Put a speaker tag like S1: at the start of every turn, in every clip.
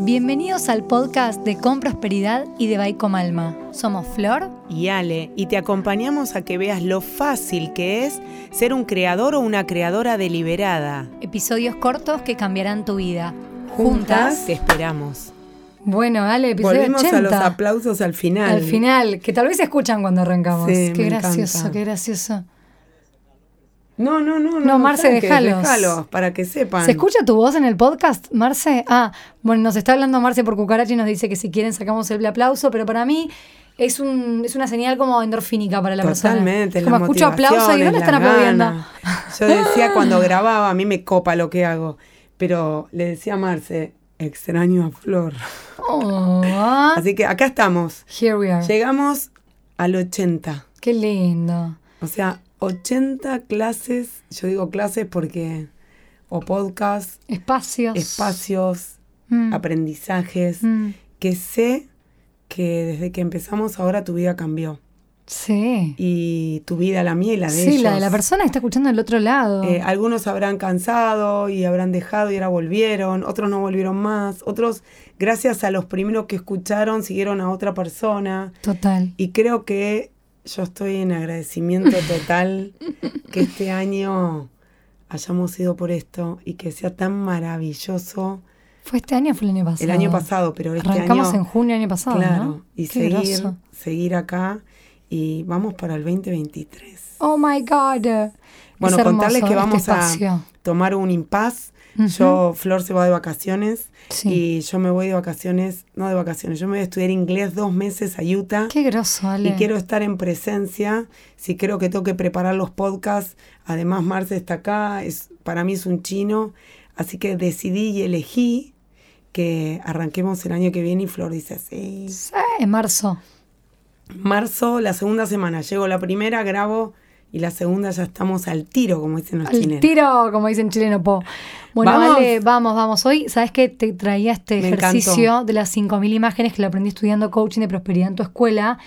S1: Bienvenidos al podcast de Con Prosperidad y de Baico Malma. Somos Flor
S2: y Ale y te acompañamos a que veas lo fácil que es ser un creador o una creadora deliberada.
S1: Episodios cortos que cambiarán tu vida.
S2: Juntas te esperamos.
S1: Bueno, Ale, episodio
S2: Volvemos
S1: 80.
S2: a los aplausos al final.
S1: Al final, que tal vez se escuchan cuando arrancamos.
S2: Sí,
S1: qué
S2: me
S1: gracioso,
S2: encanta.
S1: qué gracioso.
S2: No, no, no.
S1: No, Marce,
S2: tranqui,
S1: dejalos.
S2: dejalos, para que sepan.
S1: ¿Se escucha tu voz en el podcast, Marce? Ah, bueno, nos está hablando Marce por cucaracha y nos dice que si quieren sacamos el aplauso, pero para mí es, un, es una señal como endorfínica para la
S2: Totalmente,
S1: persona. Como
S2: las
S1: escucho aplauso y no
S2: motivaciones,
S1: le están
S2: las
S1: aplaudiendo.
S2: ganas. Yo decía cuando grababa, a mí me copa lo que hago, pero le decía a Marce, extraño a Flor.
S1: Ah. Oh,
S2: Así que acá estamos.
S1: here we are.
S2: Llegamos al 80.
S1: Qué lindo.
S2: O sea, 80 clases, yo digo clases porque, o podcast,
S1: Espacios.
S2: espacios,
S1: Mm,
S2: aprendizajes,
S1: mm.
S2: que sé que desde que empezamos ahora tu vida cambió.
S1: Sí.
S2: Y tu vida, la mía y la de
S1: Sí, la de la
S2: ellos.
S1: persona que está escuchando del otro lado.
S2: Eh, algunos habrán cansado y habrán dejado y ahora volvieron, otros no volvieron más, otros gracias a los primeros que escucharon siguieron a otra persona
S1: Total.
S2: y creo que yo estoy en agradecimiento total que este año hayamos ido por esto y que sea tan maravilloso
S1: ¿Fue este año o fue el año pasado?
S2: el año pasado, pero este
S1: Arrancamos
S2: año
S1: en junio el año pasado,
S2: claro,
S1: ¿no?
S2: y
S1: Qué
S2: seguir
S1: groso.
S2: seguir acá y vamos para el 2023.
S1: Oh my God.
S2: Bueno,
S1: Es hermoso
S2: contarles que
S1: este
S2: vamos a
S1: espacio.
S2: tomar un impas.
S1: Ujú.
S2: Yo, Flor se va de vacaciones
S1: Sí.
S2: y yo me voy de vacaciones, no de vacaciones, yo me voy a estudiar inglés dos meses a Utah
S1: Qué groso, Ale.
S2: y quiero estar en presencia. Si creo que tengo que preparar los podcasts, además Marce está acá, es, para mí es un chino, así que decidí y elegí que arranquemos el año que viene y Flor dice así.
S1: Sí, en marzo.
S2: Marzo, la segunda semana, llego la primera, grabo y la segunda ya estamos al tiro, como dicen los
S1: Al
S2: chilenos.
S1: tiro, como dicen chileno po. Bueno,
S2: ¿Vamos?
S1: Ale, vamos, vamos. Hoy, ¿sabes qué? Te traía este
S2: Me
S1: ejercicio
S2: encantó.
S1: de las 5.000 imágenes que lo aprendí estudiando coaching de prosperidad en tu escuela.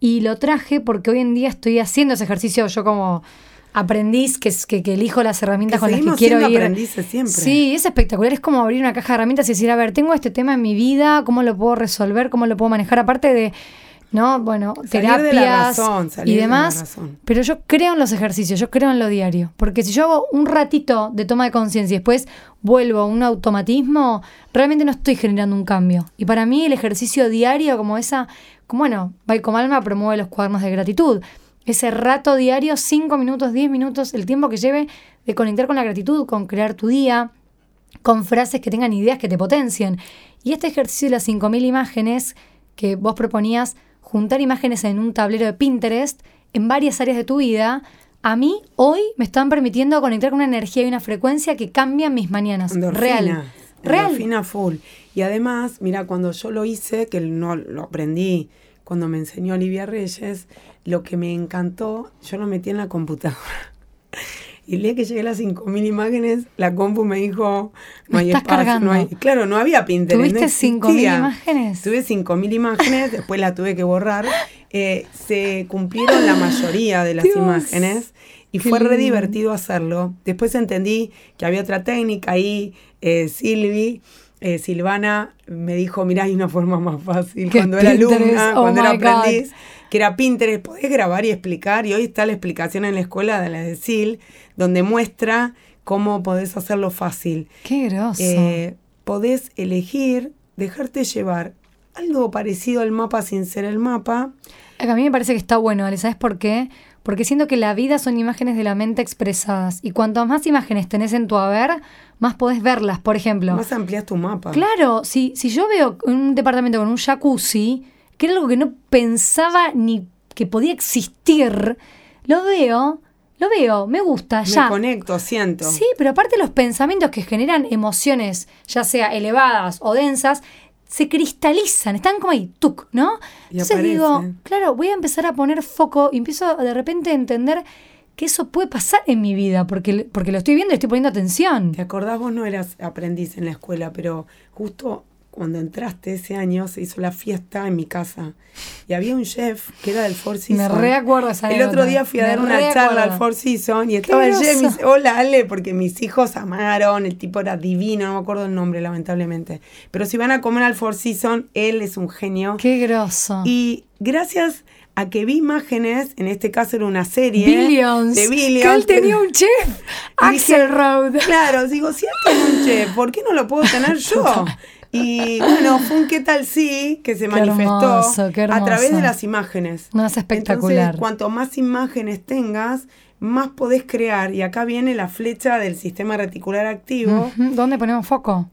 S1: Y lo traje porque hoy en día estoy haciendo ese ejercicio yo como aprendiz, que, que, que elijo las herramientas
S2: Que
S1: con las que
S2: seguimos
S1: quiero
S2: siendo
S1: ir.
S2: aprendices siempre.
S1: Sí, es espectacular. Es como abrir una caja de herramientas y decir, a ver, tengo este tema en mi vida, ¿cómo lo puedo resolver? ¿Cómo lo puedo manejar? Aparte de, ¿no? Bueno,
S2: Salir de la
S1: terapias
S2: razón, salir
S1: y
S2: de la
S1: demás.
S2: razón.
S1: Pero yo creo en los ejercicios, yo creo en lo diario. Porque si yo hago un ratito de toma de conciencia y después vuelvo a un automatismo, realmente no estoy generando un cambio. Y para mí el ejercicio diario, como esa, como bueno, Baico Alma promueve los cuadernos de gratitud. Ese rato diario, 5 minutos, 10 minutos, el tiempo que lleve de conectar con la gratitud, con crear tu día, con frases que tengan ideas que te potencien. Y este ejercicio de las 5.000 imágenes que vos proponías, juntar imágenes en un tablero de Pinterest en varias áreas de tu vida, a mí hoy me están permitiendo conectar con una energía y una frecuencia que cambian mis mañanas. Real.
S2: Endorfina.
S1: Real.
S2: Endorfina full. Y además, mira, cuando yo lo hice, que no lo aprendí cuando me enseñó Olivia Reyes, lo que me encantó, yo lo metí en la computadora. Y el día que llegué a las 5.000 imágenes, la compu me dijo, no
S1: Me
S2: hay
S1: estás
S2: espacio,
S1: cargando.
S2: no hay... Claro, no había Pinterest. no
S1: ¿Tuviste 5.000
S2: existía.
S1: imágenes?
S2: Tuve 5.000 imágenes, después la tuve que borrar. Eh, se cumplieron la mayoría de las
S1: Dios.
S2: imágenes. Y
S1: Qué
S2: fue re
S1: lindo.
S2: divertido hacerlo. Después entendí que había otra técnica ahí. eh, Silvi, eh, Silvana me dijo, mirá, hay una forma más fácil.
S1: Que
S2: Cuando era
S1: Pinterest,
S2: alumna,
S1: oh
S2: cuando era
S1: my God.
S2: aprendiz, que era Pinterest, podés grabar y explicar. Y hoy está la explicación en la escuela de la de Sil, donde muestra cómo podés hacerlo fácil.
S1: Qué groso.
S2: Eh, podés elegir dejarte llevar algo parecido al mapa sin ser el mapa.
S1: A mí me parece que está bueno, Ale, ¿sabes por qué? Porque siento que la vida son imágenes de la mente expresadas. Y cuanto más imágenes tenés en tu haber, más podés verlas. Por ejemplo,
S2: Más amplias tu mapa.
S1: Claro, si, si yo veo un departamento con un jacuzzi, que era algo que no pensaba ni que podía existir, lo veo, lo veo, me gusta,
S2: Me
S1: ya.
S2: conecto, siento.
S1: Sí, pero aparte los pensamientos que generan emociones, ya sea elevadas o densas, se cristalizan, están como ahí, tuc, ¿no?
S2: Y
S1: Entonces digo,
S2: aparecen.
S1: claro, voy a empezar a poner foco y empiezo a de repente a entender que eso puede pasar en mi vida, porque, porque lo estoy viendo y estoy poniendo atención.
S2: ¿Te acordás? Vos no eras aprendiz en la escuela, pero justo cuando entraste ese año, se hizo la fiesta en mi casa. Y había un chef que era del Four Seasons.
S1: Me reacuerdo esa
S2: El otro día fui a
S1: Me
S2: dar una
S1: reacuerdo.
S2: charla al Four Seasons y estaba el
S1: groso.
S2: chef y me dice, hola Ale, porque mis hijos amaron, el tipo era divino, no me acuerdo el nombre lamentablemente. Pero si van a comer al Four Seasons, él es un genio.
S1: Qué grosso.
S2: Y gracias a que vi imágenes, en este caso era una serie
S1: Billions.
S2: de Billions.
S1: Que él tenía un chef.
S2: Y dije,
S1: Axelrod.
S2: Claro, digo, si él tiene un chef, ¿por qué no lo puedo tener yo? Y bueno, fue un qué tal sí que se
S1: Qué
S2: manifestó
S1: hermoso, qué
S2: a través
S1: hermoso.
S2: de las imágenes.
S1: No, es espectacular.
S2: Entonces, cuanto más imágenes tengas, más podés crear. Y acá viene la flecha del sistema reticular activo,
S1: Ujú, ¿Dónde ponemos foco?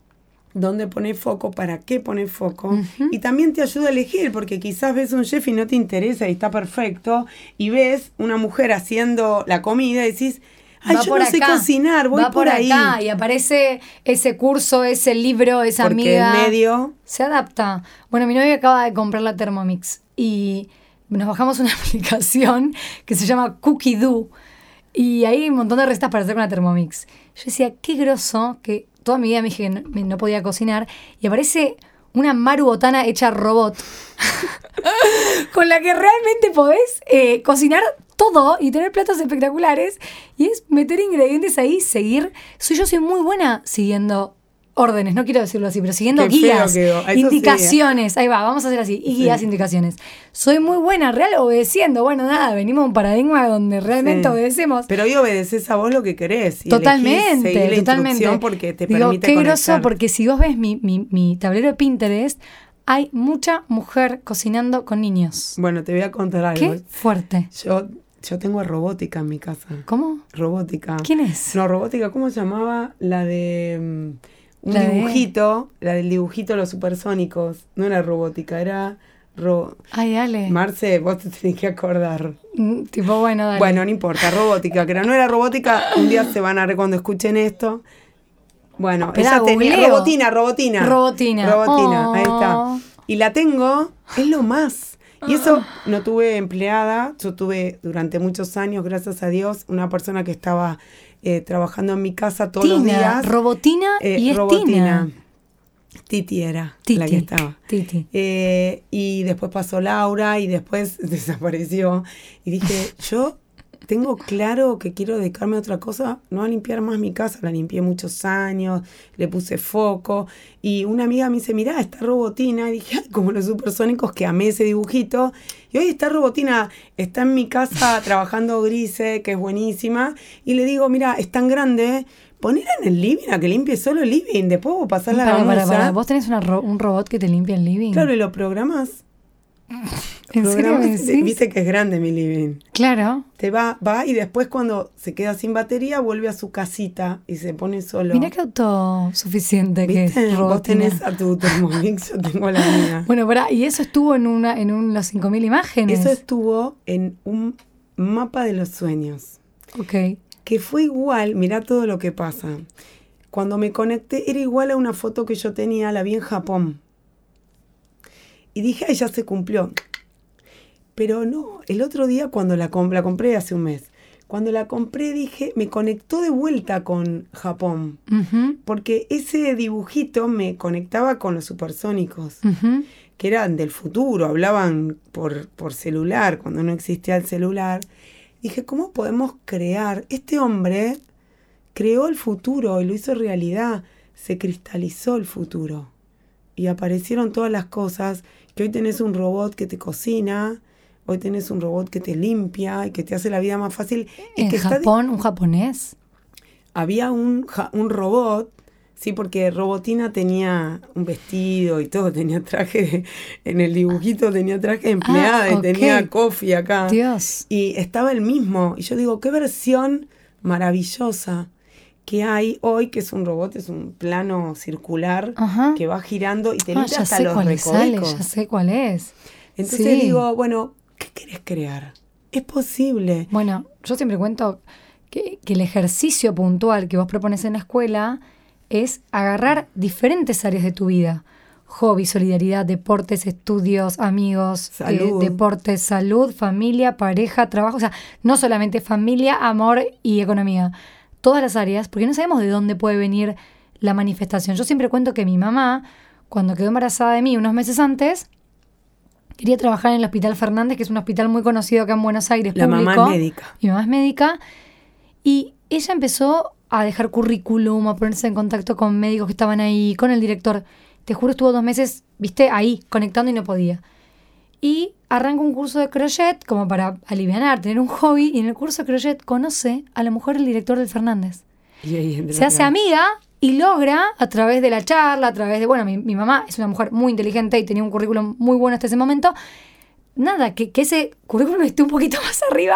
S2: donde poner foco, para qué poner foco. Y también te ayuda a elegir, porque quizás ves un chef y no te interesa y está perfecto, y ves una mujer haciendo la comida y decís, ay,
S1: Va
S2: yo
S1: por
S2: no sé
S1: acá.
S2: cocinar, voy
S1: Va
S2: por, ahí.
S1: acá y aparece ese curso, ese libro, esa
S2: porque
S1: amiga.
S2: en medio
S1: Se adapta. Bueno, mi novio acaba de comprar la Thermomix y nos bajamos una aplicación que se llama Cookie Do y ahí hay un montón de recetas para hacer con la Thermomix. Yo decía, qué groso que toda mi vida me dije que no, me- no podía cocinar y aparece una Maru Botana hecha robot con la que realmente podés eh, cocinar todo y tener platos espectaculares y es meter ingredientes ahí, seguir. Soy yo soy muy buena siguiendo órdenes, no quiero decirlo así, pero siguiendo
S2: Qué feo
S1: guías,
S2: quedó, eso sí.
S1: indicaciones. Ahí va, vamos a hacer así, y guías, indicaciones. Soy muy buena, real obedeciendo. Bueno, nada, venimos a un paradigma donde realmente
S2: Sí.
S1: obedecemos.
S2: Pero hoy obedeces a vos lo que querés. Y elegís
S1: Totalmente,
S2: seguir la
S1: totalmente.
S2: instrucción porque te
S1: Digo,
S2: permite
S1: qué
S2: conectar.
S1: groso, porque si vos ves mi, mi, mi tablero de Pinterest, hay mucha mujer cocinando con niños.
S2: Bueno, te voy a contar algo.
S1: Qué fuerte.
S2: Yo, yo tengo robótica en mi casa.
S1: ¿Cómo?
S2: Robótica.
S1: ¿Quién es?
S2: No, robótica, ¿cómo se llamaba? La de mm, un
S1: La de-
S2: dibujito, la del dibujito de los supersónicos. No era robótica, era... ro-
S1: Ay, dale.
S2: Marce, vos te tenés que acordar.
S1: Mm, tipo, bueno, dale.
S2: Bueno, no importa, robótica, que no era robótica, un día se van a ver cuando escuchen esto. Bueno,
S1: Esperá,
S2: ella tenía
S1: googleo.
S2: robotina, robotina.
S1: Robotina.
S2: Robotina, ahí
S1: Oh.
S2: está. Y la tengo, es lo más. Y eso no tuve empleada, yo tuve durante muchos años, gracias a Dios, una persona que estaba eh, trabajando en mi casa todos los
S1: Tina,
S2: días.
S1: Robotina
S2: Eh,
S1: y es
S2: robotina.
S1: Tina.
S2: Titi era la
S1: Titi.
S2: que estaba.
S1: Titi.
S2: Eh, y después pasó Laura y después desapareció. Y dije, yo tengo claro que quiero dedicarme a otra cosa, no a limpiar más mi casa. La limpié muchos años, le puse foco. Y una amiga me dice, mirá, está robotina. Y dije, "Ay, como los supersónicos que amé ese dibujito. Y hoy está robotina, está en mi casa trabajando grise, que es buenísima. Y le digo, mira, es tan grande. Poner en el living a que limpie solo el living, después vos pasás la
S1: Pará, pará,
S2: gamuza".
S1: pará. ¿Vos tenés una ro- un robot que te limpia el living?
S2: Claro, y lo programás
S1: ¿En serio me
S2: programas-
S1: decís?
S2: Viste que es grande mi living.
S1: Claro.
S2: Te va, va y después cuando se queda sin batería vuelve a su casita y se pone solo.
S1: Mirá qué autosuficiente que
S2: ¿Viste?
S1: es
S2: Vos
S1: robotina.
S2: tenés a tu Thermomix, yo tengo a la mía.
S1: Bueno, pará, y eso estuvo en una en un, los 5.000 imágenes.
S2: Eso estuvo en un mapa de los sueños.
S1: Ok.
S2: que fue igual, mirá todo lo que pasa. Cuando me conecté era igual a una foto que yo tenía, la vi en Japón. Y dije, ay, ya se cumplió. Pero no, el otro día cuando la, com- la compré hace un mes, cuando la compré dije, me conectó de vuelta con Japón.
S1: Ujú,
S2: Porque ese dibujito me conectaba con los supersónicos
S1: ujú.
S2: que eran del futuro, hablaban por, por celular, cuando no existía el celular. Dije, ¿cómo podemos crear? Este hombre creó el futuro y lo hizo realidad, se cristalizó el futuro. Y aparecieron todas las cosas, que hoy tenés un robot que te cocina, hoy tenés un robot que te limpia y que te hace la vida más fácil. y
S1: En
S2: que está di-
S1: Japón, un japonés.
S2: había un, ja- un robot, sí, porque Robotina tenía un vestido y todo, tenía traje, de- en el dibujito tenía traje de empleada
S1: Ah. ok.
S2: y tenía coffee acá.
S1: Dios.
S2: Y estaba el mismo. Y yo digo, qué versión maravillosa que hay hoy, que es un robot, es un plano circular
S1: Ajá.
S2: que va girando y te
S1: Ah,
S2: mete
S1: ya
S2: hasta
S1: sé
S2: los
S1: cuál sale,
S2: recovecos.
S1: ya sé cuál es.
S2: Entonces
S1: Sí.
S2: digo, bueno, ¿qué querés crear? Es posible.
S1: Bueno, yo siempre cuento que, que el ejercicio puntual que vos propones en la escuela es agarrar diferentes áreas de tu vida. Hobby, solidaridad, deportes, estudios, amigos, eh,
S2: Salud.
S1: deportes, salud, familia, pareja, trabajo. O sea, no solamente familia, amor y economía. Todas las áreas, porque no sabemos de dónde puede venir la manifestación. Yo siempre cuento que mi mamá, cuando quedó embarazada de mí unos meses antes, quería trabajar en el Hospital Fernández, que es un hospital muy conocido acá en Buenos Aires.
S2: La mamá
S1: público.
S2: es médica.
S1: Mi mamá es médica. Y ella empezó a dejar currículum, a ponerse en contacto con médicos que estaban ahí, con el director. Te juro, estuvo dos meses, viste, ahí, conectando y no podía. Y arranca un curso de crochet como para aliviar, tener un hobby. Y en el curso de crochet conoce a la mujer del director del Fernández.
S2: Y ahí entra
S1: Se hace
S2: la-
S1: amiga y logra, a través de la charla, a través de, bueno, mi, mi mamá es una mujer muy inteligente y tenía un currículum muy bueno hasta ese momento, nada, que, que ese currículum esté un poquito más arriba.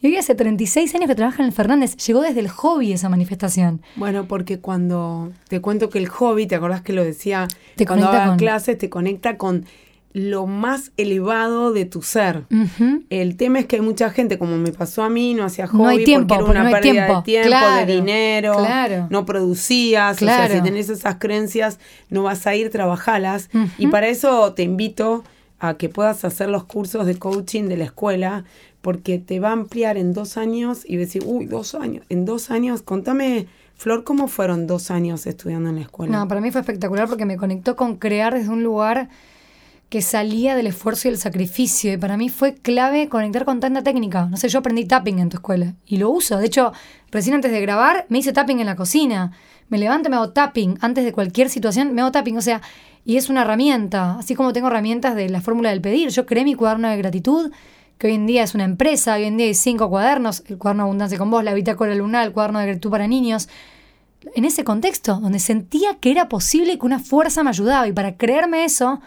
S1: Y hoy hace 36 años que trabaja en el Fernández, llegó desde el hobby esa manifestación.
S2: Bueno, porque cuando te cuento que el hobby, ¿te acordás que lo decía?
S1: Te
S2: cuando
S1: conecta
S2: hagas
S1: con-
S2: clases te conecta con lo más elevado de tu ser.
S1: Ujú.
S2: El tema es que hay mucha gente, como me pasó a mí, no hacía
S1: No
S2: hobby
S1: hay tiempo,
S2: porque
S1: porque
S2: era una
S1: no hay
S2: pérdida
S1: tiempo.
S2: de tiempo,
S1: Claro,
S2: de dinero,
S1: claro.
S2: no producías. O
S1: Claro.
S2: sea, si tenés esas creencias, no vas a ir, trabajalas.
S1: Ujú.
S2: Y para eso te invito a que puedas hacer los cursos de coaching de la escuela, porque te va a ampliar en dos años y decir, uy, dos años, en dos años, contame, Flor, ¿cómo fueron dos años estudiando en la escuela?
S1: No, para mí fue espectacular porque me conectó con crear desde un lugar que salía del esfuerzo y el sacrificio. Y para mí fue clave conectar con tanta técnica. No sé, yo aprendí tapping en tu escuela y lo uso. De hecho, recién antes de grabar me hice tapping en la cocina. Me levanto, me hago tapping. Antes de cualquier situación me hago tapping. O sea, y es una herramienta. Así como tengo herramientas de la fórmula del pedir. Yo creé mi cuaderno de gratitud, que hoy en día es una empresa. Hoy en día hay cinco cuadernos. El cuaderno Abundancia con vos, la bitácora lunar, el cuaderno de gratitud para niños en ese contexto, donde sentía que era posible y que una fuerza me ayudaba. Y para creerme eso,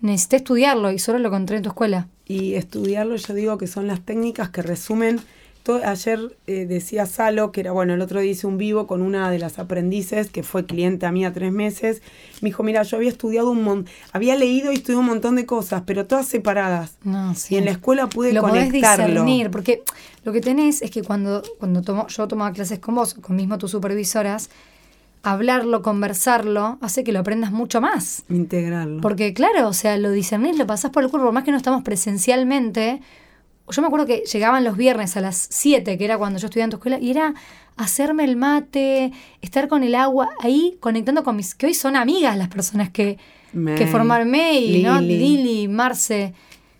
S1: necesité estudiarlo y solo lo encontré en tu escuela.
S2: y estudiarlo yo digo que son las técnicas que resumen todo ayer eh, decía Salo que era bueno el otro día hice un vivo con una de las aprendices que fue clienta mía tres meses me dijo mira yo había estudiado un mon había leído y estudiado un montón de cosas pero todas separadas
S1: No, sí.
S2: y en la escuela pude
S1: lo podés
S2: conectarlo
S1: discernir, porque lo que tenés es que cuando, cuando tomo- yo tomaba clases con vos, con mismo tus supervisoras, hablarlo, conversarlo, hace que lo aprendas mucho más.
S2: integrarlo
S1: Porque claro, o sea, lo discernís, lo pasás por el cuerpo, por más que no estamos presencialmente. Yo me acuerdo que llegaban los viernes a las 7, que era cuando yo estudiaba en tu escuela, y era hacerme el mate, estar con el agua, ahí conectando con mis... que hoy son amigas las personas que,
S2: May,
S1: que formarme y ¿no?
S2: Lili.
S1: Lili, Marce.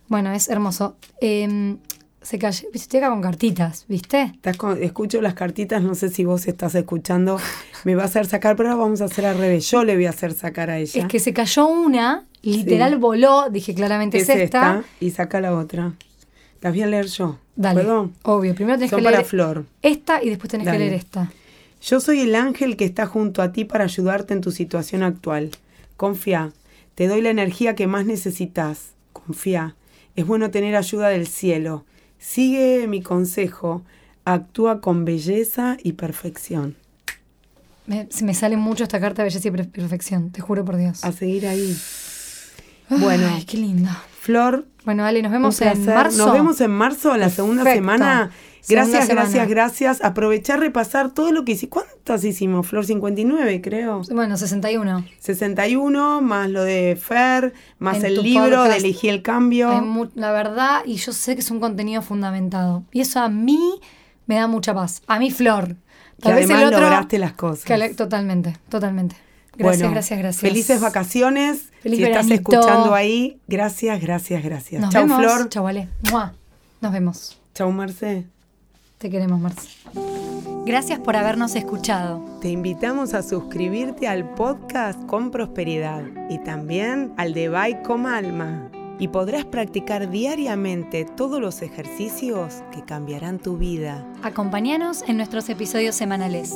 S1: Bueno, es hermoso. Eh, se cayó, estoy acá con cartitas, ¿viste?
S2: Estás con- escucho las cartitas, no sé si vos estás escuchando. Me va a hacer sacar, pero ahora vamos a hacer al revés. Yo le voy a hacer sacar a ella.
S1: Es que se cayó una, literal voló, dije claramente es, esta.
S2: y saca la otra. Las voy a leer yo.
S1: Dale,
S2: ¿Puedo?
S1: obvio, primero tenés
S2: Son
S1: que leer
S2: para Flor.
S1: esta y después tenés
S2: Dale.
S1: que leer esta.
S2: Yo soy el ángel que está junto a ti para ayudarte en tu situación actual. Confía, te doy la energía que más necesitas. Confía, es bueno tener ayuda del cielo. Sigue mi consejo, actúa con belleza y perfección.
S1: Me, se me sale mucho esta carta de belleza y per- perfección, te juro por Dios.
S2: A seguir ahí. Ah, Bueno,
S1: Ay, qué lindo.
S2: Flor,
S1: Bueno, Ale, nos
S2: Un
S1: vemos en
S2: placer.
S1: marzo.
S2: Nos vemos en marzo, la segunda
S1: Perfecto.
S2: semana. Gracias,
S1: Segunda semana.
S2: gracias, gracias. Aprovechar, repasar todo lo que hicimos. ¿Cuántas hicimos, Flor? 59, creo.
S1: Bueno, 61.
S2: 61, más lo de Fer, más
S1: En
S2: el
S1: tu
S2: libro
S1: podcast.
S2: de Elegí el Cambio.
S1: Hay mu- la verdad, y yo sé que es un contenido fundamentado. Y eso a mí me da mucha paz. A mí, Flor.
S2: que
S1: Tal vez
S2: además
S1: el otro.
S2: lograste las cosas.
S1: que ale- totalmente, totalmente. Gracias,
S2: Bueno,
S1: gracias, gracias.
S2: Felices vacaciones.
S1: Feliz
S2: si
S1: veranito.
S2: estás escuchando ahí, gracias, gracias, gracias.
S1: Nos
S2: chau,
S1: vemos.
S2: Flor.
S1: Chau, Ale. Mua. Nos vemos.
S2: Chau, Marce.
S1: Te queremos, Marce. Gracias por habernos escuchado.
S2: Te invitamos a suscribirte al podcast Con Prosperidad y también al de By Com Alma. Y podrás practicar diariamente todos los ejercicios que cambiarán tu vida.
S1: Acompáñanos en nuestros episodios semanales.